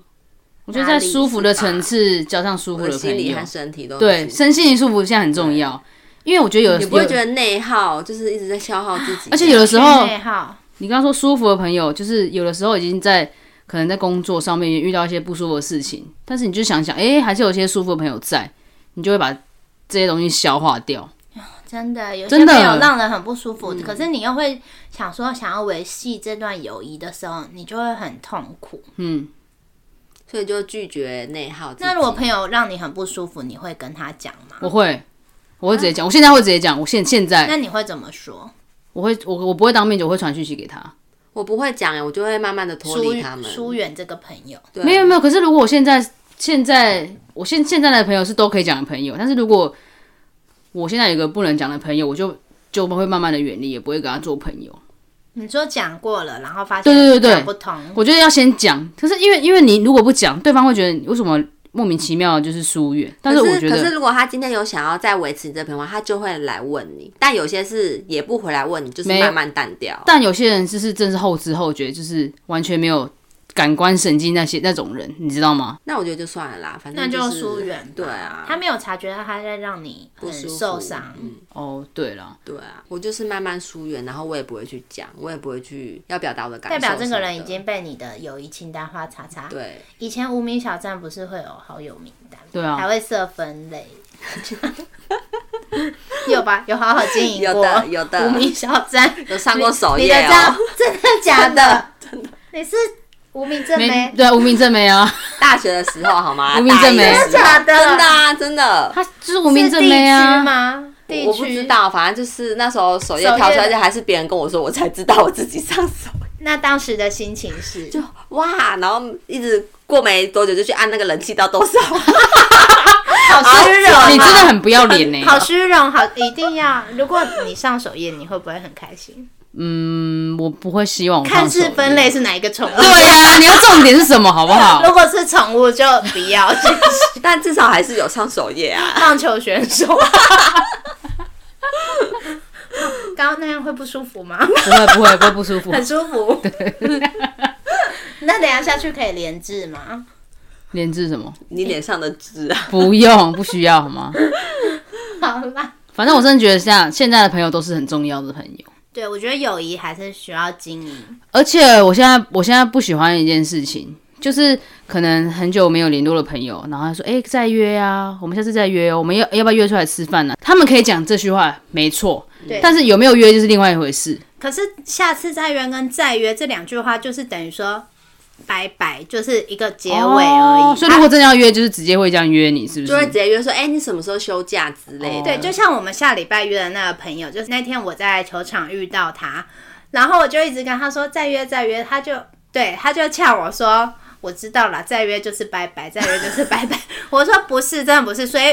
我觉得在舒服的层次加上舒
我
服
的
的
心
朋
理
友
和，身体都很
对，
舒服
身心灵舒服现在很重要，因为我觉得有
你不会
有
觉得内耗，就是一直在消耗自己，
而且有的时候
内耗，
你刚刚说舒服的朋友，就是有的时候已经在可能在工作上面也遇到一些不舒服的事情，但是你就想想，哎、还是有一些舒服的朋友在，你就会把这些东西消化掉。
真的有些
真的
朋友让人很不舒服，
嗯
可是你又会想说想要维系这段友谊的时候，你就会很痛苦。
嗯，
所以就拒绝内耗自己。
那如果朋友让你很不舒服，你会跟他讲吗？
我会，我会直接讲，我现在会直接讲，我现现在
那你会怎么说？
我会我我不会当面就我会传讯息给他，
我不会讲哎，我就会慢慢的脱
疏
离他们。
疏远这个朋友，
对啊
没有没有，可是如果我现在现在我现现在的朋友是都可以讲的朋友，但是如果我现在有一个不能讲的朋友，我就就会慢慢的远离，也不会跟他做朋友。
你说讲过了，然后发现
对对对对
讲不通，
我觉得要先讲，可是因为因为你如果不讲，对方会觉得你为什么莫名其妙就是疏远。但
可
我觉
可是
得，
如果他今天有想要再维持你这朋友的话，他就会来问你。但有些是也不回来问你，就是
没
慢慢淡掉。
但有些人就是真是后知后觉，就是完全没有感官神经那些那种人，你知道吗？
那我觉得就算了啦，反正
那
就
就是疏远吧
对啊，
他没有察觉到他在让你
不
很
舒服
受伤。
嗯，
哦，对了，
对啊，我就是慢慢疏远，然后我也不会去讲，我也不会去要表达我的感受
代
什么
表
的。
这个人已经被你的友谊清单画叉叉。
对，
以前无名小站不是会有好友名单，
对啊
还会设分 类，有吧？有好好经营过，
有的有的
无名小 站
有上过首
你
页
的账
哦。
真的假的？真的，你是无名正
没
妹？
对啊，无名正没啊，
大学的时候好吗？
无名正妹
大一的
真
时
的
候
假的？
真的啊，真的。
他就是无名正妹
是地区
啊。
吗？地区
我不知。道，反正就是那时候首页
首页
跳出来，还是别人跟我说，我才知道我自己上首页。
那当时的心情是，
就哇，然后一直过没多久就去按那个人气到多少，
好虚荣啊，
你真的很不要脸呢、欸
好虚荣，好一定要。如果你上首页，你会不会很开心？
嗯，我不会希望我
看
上手
是分类是哪一个宠物？
对啊，你要重点是什么好不 好？
如果是宠物就不要，就是
但至少还是有上首页啊。
棒球选手。 刚刚那样会不舒服吗？
不会不会不会不舒服。
很舒服。 那等一下下去可以连字吗？
连字什么？
你脸上的痣啊，
不用，不需要好吗？
好啦，
反正我真的觉得像现在的朋友都是很重要的朋友。
对我觉得友谊还是需要经营。
而且我现在我现在不喜欢一件事情，就是可能很久没有联络的朋友，然后他说：“哎、再约啊，我们下次再约哦，我们要要不要约出来吃饭呢、啊他们可以讲这句话，没错，
对
但是有没有约就是另外一回事。
可是下次再约跟再约这两句话，就是等于说拜拜，就是一个结尾而
哦
已。
所以如果真的要约，就是直接会这样约你，是不
就会
是
直？接约说，哎、你什么时候休假之类的。
对，就像我们下礼拜约的那个朋友，就是那天我在球场遇到他，然后我就一直跟他说再约再约，他就对他就呛我说我知道了，再约就是拜拜，再约就是拜 拜。我说不是，真的不是，所以。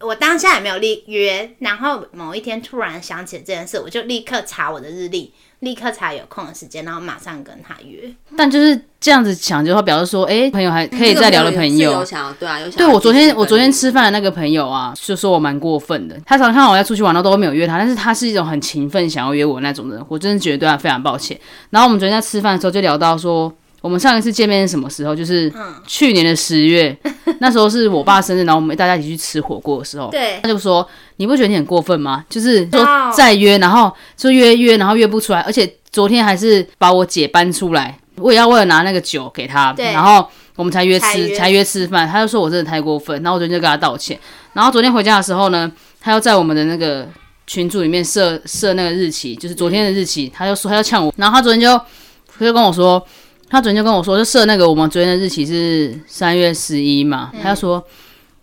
我当下也没有立约，然后某一天突然想起这件事，我就立刻查我的日历，立刻查有空的时间，然后马上跟他约。
但就是这样子想就会表示说，哎、朋友还可以再聊的朋
这个
友。
有有想要对啊，有想
对
要
我昨
继续
天
跟
我昨天
你
吃饭的那个朋友啊，就说我蛮过分的。他常常看我要出去玩，然后都没有约他，但是他是一种很勤奋想要约我那种人，我真的觉得对他非常抱歉。然后我们昨天在吃饭的时候就聊到说，我们上一次见面是什么时候？就是去年的十月，那时候是我爸生日，然后我们大家一起去吃火锅的时候，
对
他就说你不觉得你很过分吗？就是说
哦
再约，然后就约约，然后约不出来，而且昨天还是把我姐搬出来，我也要为了拿那个酒给她，
对
然后我们才约
才
吃
约
才约吃饭，他就说我真的太过分，然后我昨天就跟他道歉，然后昨天回家的时候呢，他又在我们的那个群组里面设设那个日期，就是昨天的日
嗯
期，他就说他要呛我，然后他昨天就他就跟我说，他昨天就跟我说，就设那个我们昨天的日期是三月十一嘛，
嗯
他就说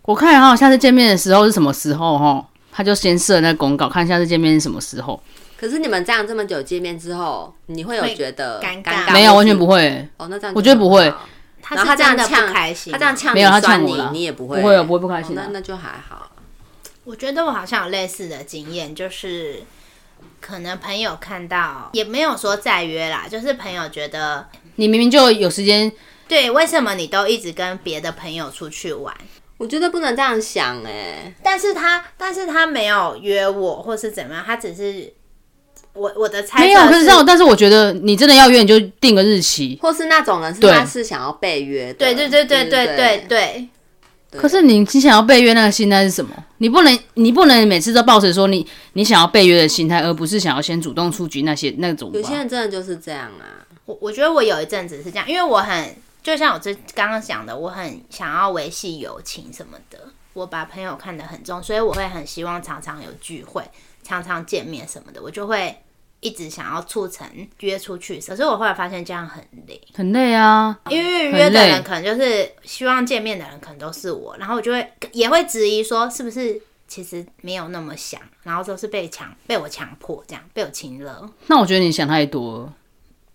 我看一下我下次见面的时候是什么时候哈，他就先设那个公告，看下次见面是什么时候，
可是你们这样这么久见面之后，你会有
会
觉得
尴尬
尬
啊
吗？
没有完全不会、欸
哦，那这样
我觉得
就
不会
好
他
然后他
是
这
真
样
的
呛
不开心，
他这样。呛
没
你
有他
算
呛
你
我啦，
你也不
不
会，
会，我不会不开
哦
心的、啊
那那就还好。
我觉得我好像有类似的经验，就是可能朋友看到也没有说再约啦，就是朋友觉得
你明明就有时间，
对，为什么你都一直跟别的朋友出去玩？
我觉得不能这样想哎、
但是他但是他没有约我，或是怎么样，他只是我我的猜测
没有，可是
是
这样，但是我觉得你真的要约，你就定个日期。
或是那种人是
对
他是想要被约的，
对对对对对
对
对对，
可是你你想要被约那个心态是什么？你不能你不能每次都抱着说你你想要被约的心态，而不是想要先主动出击那些那种吧。
有些人真的就是这样啊，
我我觉得我有一阵子是这样，因为我很就像我这刚刚讲的，我很想要维系友情什么的，我把朋友看得很重，所以我会很希望常常有聚会，常常见面什么的，我就会一直想要促成约出去。可是我后来发现这样很累，
很累啊，
因为
很
约的
累
人可能就是希望见面的人，可能都是我，然后我就会也会质疑说是不是。其实没有那么想，然后都是被强被我强迫这样被我情了。
那我觉得你想太多了。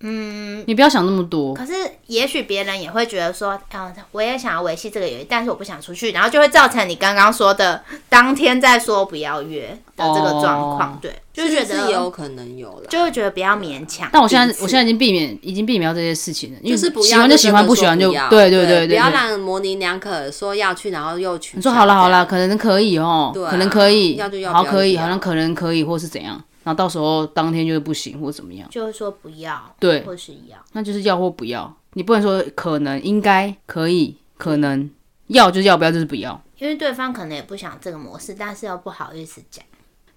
嗯，你不要想那么多。
可是，也许别人也会觉得说，嗯、我也想要维系这个友谊，但是我不想出去，然后就会造成你刚刚说的当天再说不要约的这个状况。
哦
对，就是觉
是有
得
可能有了，
就会觉得不要勉强。嗯
但我现在
彼此
我现在已经避免已经避免掉这些事情了，因
就
为
是不要
喜欢就喜欢，不喜欢就
真的说不
对
要对
对对
不
对。
要让模棱两可说要去，然后又去。
你说好了好了，，可能可以哦
对，啊
可能可以
要就，要
好
不要就
可以，
不要
好像可能可以，或是怎样，然后到时候当天就是不行或怎么样，
就会说不要，
对
或是要。
那就是要或不要，你不能说可能、应该、可以、可能要就是要，不要就是不要，
因为对方可能也不想这个模式，但是又不好意思讲，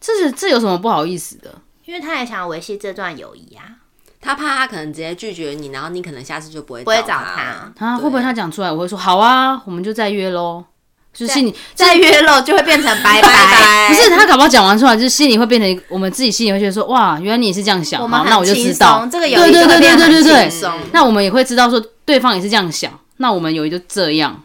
这是这有什么不好意思的？
因为他也想要维系这段友谊啊。
他怕他可能直接拒绝你，然后你可能下次就不会
不会
找
找他
了
啊，
对
会不会他讲出来，我会说好啊，我们就再约喽，就是心里
再约了就会变成拜拜。
不是他搞不好讲完出来，就是心里会变成一个我们自己心里会觉得说哇，原来你也是这样想，
我们
好，
很
那我就知
轻
道
松这个友谊
对对
就会
对
变
对
得
对对
很轻
对，
松，
那我们也会知道说对方也是这样想，那我们友谊就这样，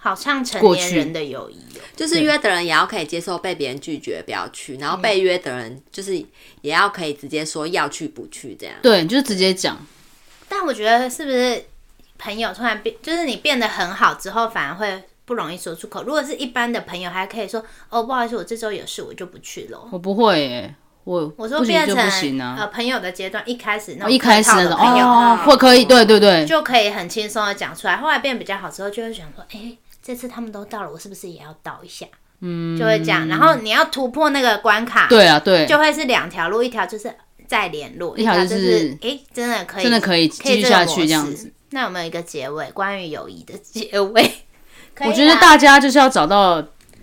好像成
过
年
去
人的友谊哦。
就是约的人也要可以接受被别人拒绝，不要去，然后被约的人就是也要可以直接说要去不去这样。
对，就是直接讲。
但我觉得是不是朋友突然变，就是你变得很好之后，反而会不容易说出口。如果是一般的朋友，还可以说哦，不好意思，我这周有事，我就不去了。
我不会耶、嗯我
我说
不行
变
就
成
不行啊
呃。朋友的阶段，一开始那
我
种
一开始
客套
那
的
种
朋友、啊嗯
哦，或可以，对对对，
就可以很轻松的讲出来，后来变比较好之后，就会想说，哎、这次他们都到了，我是不是也要到一下？嗯，就会这样。然后你要突破那个关卡，，
对啊对，
就会是两条路，一条就是再联络，
一条
就
就是
是哎、真的可以，
真的可以继
这
续
个
下去
模
这样
式
子。。
那有没有一个结尾？关于友谊的结 尾？可以啊
我觉得
啦
大家就是要找到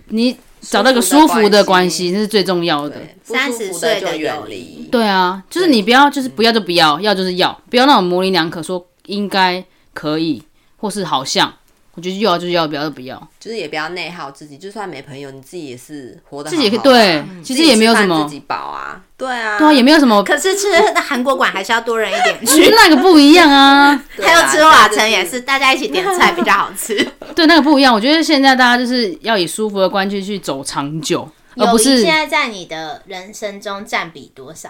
你找到一个舒服的关系，这是最重要的。
对，
30
不舒服
岁
就
的友
远
谊
离。
对啊，就是你不要，就是不要就不要，要就是要，不要那种模棱两可，说应该可以，或是好像，我觉得要就是要，不要就不要，
就是也不要内耗自己，就算没朋友，你自己也是活得
自己也可以
好好的啊
对其实也没有什
自己吃
么
饭自己饱啊，对啊，
对啊，也没有什么，
可是 吃韩国馆还是要多人一点 去，
那个不一样啊，
对
还
啦
有吃瓦城也，
就是
啊是大家一起点菜比较好 吃。
对，那个不一样。我觉得现在大家就是要以舒服的关系去走长久，而
友
不
谊
是
现在在你的人生中占比多少？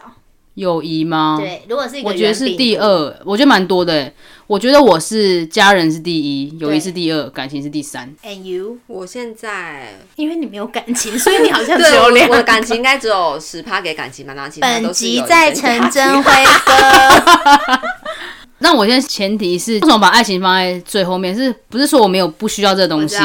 友谊吗？。
对，如果是一个
嗯我觉得
圆
是
饼
第
图，
二，我觉得蛮多的欸。我觉得我是家人是第一，友谊
对
是第二，感情是第三。
，and you，
我现在
因为你没有感情，所以你 好像只
对
有两
我我
个
的感情应该只有十趴给感情吧，然后其他
本
都是
集
友谊
在
跟
陈
家庭
真辉哥，
那我现在前提是，为什么把爱情放在最后面？是不是说我没有不需要这东西？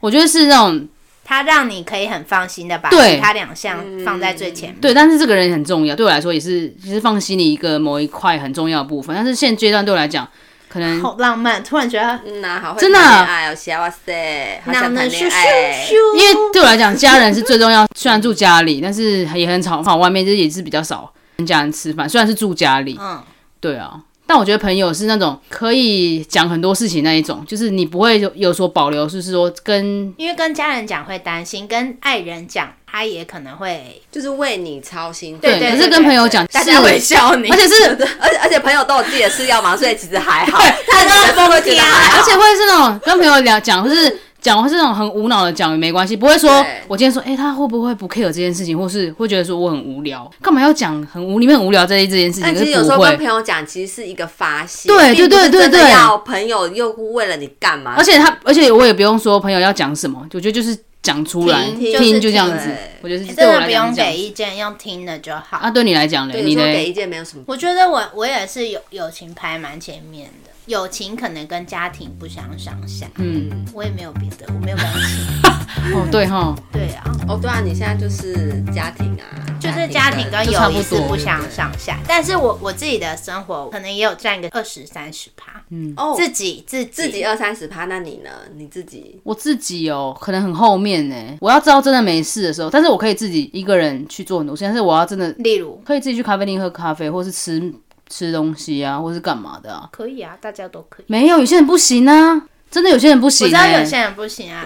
我觉得是那种
他让你可以很放心的把
对
其他两项放在最前面。
对，但是这个人很重要，对我来说也是，只是放心里一个某一块很重要的部分。但是现阶段对我来讲，可能
好浪漫，突然觉得
嗯呐、好会
真的
谈恋爱哦，喜哇塞，好想
脑
谈
呢咻
恋
咻
爱。
咻，
因为对我来讲，家人是最重要。虽然住家里，但是也很吵，跑外面就是也是比较少跟家人吃饭。虽然是住家里，
嗯，
对啊，但我觉得朋友是那种可以讲很多事情那一种，就是你不会有有所保留，就是说跟
因为跟家人讲会担心，跟爱人讲他也可能会
就是为你操心。
对
对，可是跟朋友讲，
大
是
家会笑你
而，且是
而且而且朋友都有自己的事要忙，所以其实还好。 他真的会觉得
啊
还好，
啊而且会是那种跟朋友聊讲，就是讲是那种很无脑的讲也没关系，不会说
对
我今天说，哎、他会不会不 care 这件事情，或是会觉得说我很无聊，干嘛要讲很无，你们很无聊这一这件事情，
但
可
其实有
是
时
不
候跟朋
会。
友讲，其实是一个发泄。
对
并不是
对对
真的
对对
要朋友又为了你干嘛？
而且他，而且我也不用说朋友要讲什么，我觉得就是讲出来，
听
听
就是听
这样子
对。
我觉得
你
是对
真
我
的
来
不
讲
用
是这样
给
子
意见，用听的就好。
啊，对你来讲嘞，
对，
你
有时候
嘞
给意见没有什么。
我觉得我我也是友友情排蛮前面的，友情可能跟家庭不相上下。
嗯，
我也没有别的，我没有感情。
哦，对哈，
对啊，
哦，对啊，你现在就是家庭啊，
就是家庭跟
就
友
差
谊
不
是
多
不相上下。
啊
但是我我自己的生活可能也有占个二十三十趴，
哦
自己自己
自
啊
己二三十趴，那你呢？你自己
我自己哦，可能很后面呢，我要知道真的没事的时候，但是我可以自己一个人去做很多事，但是我要真的
例如
可以自己去咖啡厅喝咖啡，或是吃吃东西啊，或是干嘛的啊。
可以啊，大家都可以。
没有，有些人不行啊，真的有些人不
我
行、
知
欸。
道有些人不行啊，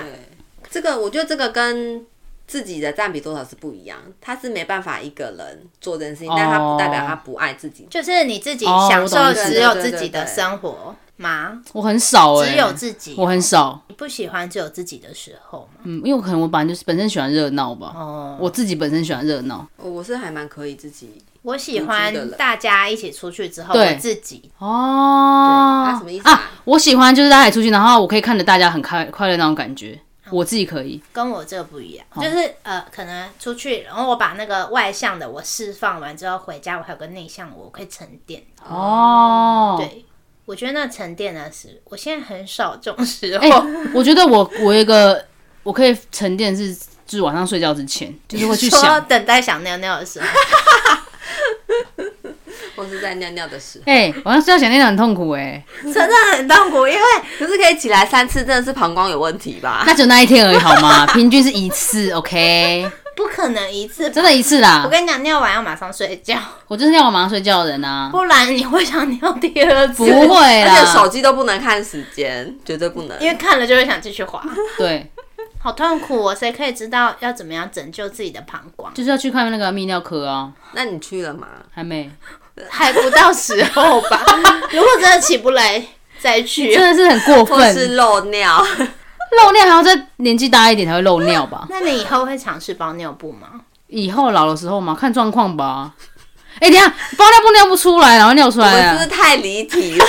这个，我觉得这个跟自己的占比多少是不一样，他是没办法一个人做这件事情，但他不代表他不爱自己。
就是你自己
哦
享
我
受
懂
只有
对对
自
对
己的
对对
生活吗？
我很少哎、
只有自己，啊
我很少，
你不喜欢只有自己的时候吗？
嗯，因为我可能我本来就是本身喜欢热闹吧，
哦
我自己本身喜欢热闹。
哦我是还蛮可以自己
我喜
独居的
欢
人
大家一起出去之后，
对
我自己
哦，
对啊什么意思啊
我喜欢就是大家一起出去，然后我可以看着大家很开快乐那种感觉，
哦
我自己可以。
跟我这个不一样，就是呃，可能出去，然后我把那个外向的我释放完之后回家，我还有个内向我，我可以沉淀。
哦，
对，我觉得那沉淀的是，我现在很少这种时
哎、
候。
我觉得我我有一个我可以沉淀是，就是晚上睡觉之前，就是会 去
说
想，
等待想尿尿的 时候，
或是在尿尿的时候，
哎、晚上睡觉想念的很痛苦哎、
真的很痛苦，因为
可是可以起来三次，真的是膀胱有问题吧？
那就那一天而已好吗？平均是一次，OK，
不可能一次。
真的一次
我
啦。
跟你讲，尿完要马上睡觉，
我就是要我马上睡觉的人啊，
不然你会想尿第二次。
不会
而且手
啦，
机都不能看时间，绝对不能。
因为看了就会想继续滑，
对，
好痛苦哦！谁可以知道要怎么样拯救自己的膀胱？
就是要去看那个泌尿科啊，
那你去了吗？
还没，
还不到时候吧。 如果真的起不来，再去
真。的是很过
或是
分，
漏尿？
漏尿还要再年纪大一点才会漏尿吧？
那你以后会尝试包尿布吗？
以后老的时候嘛，看状况吧。哎、等一下包尿布尿不出来，然后尿出
我
来
们是不
啊
是？太离题了？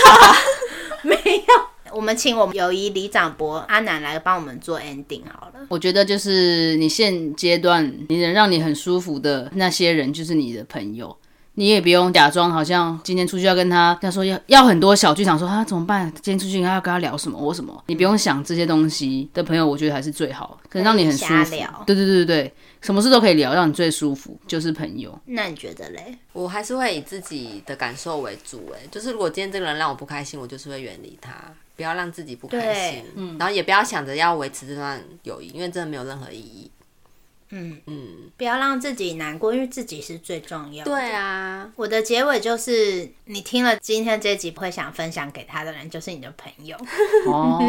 没有，我们请我们友谊里长伯阿南来帮我们做 ending 好了。
我觉得就是你现阶段你能让你很舒服的那些人，就是你的朋友。你也不用假装好像今天出去要跟他，他说要要很多小剧场说，啊、怎么办？今天出去要跟他聊什么？我什么？你不用想这些东西的朋友，我觉得还是最好，可能让你很舒
可以
服
瞎聊。
对对对对对，什么事都可以聊，让你最舒服就是 朋友。
那你觉得嘞？
我还是会以自己的感受为主、哎，就是如果今天这个人让我不开心，我就是会远离他，不要让自己不开心
对，
然后也不要想着要维持这段友谊，因为真的没有任何意义。
嗯，
嗯，
不要让自己难过，因为自己是最重要的。
对啊，
我的结尾就是，你听了今天这集会想分享给他的人，就是你的朋友。
哦，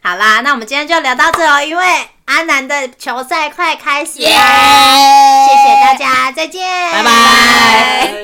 好啦，那我们今天就聊到这哦，因为阿南的球赛快开始啦谢谢大家，再见，哎
拜拜。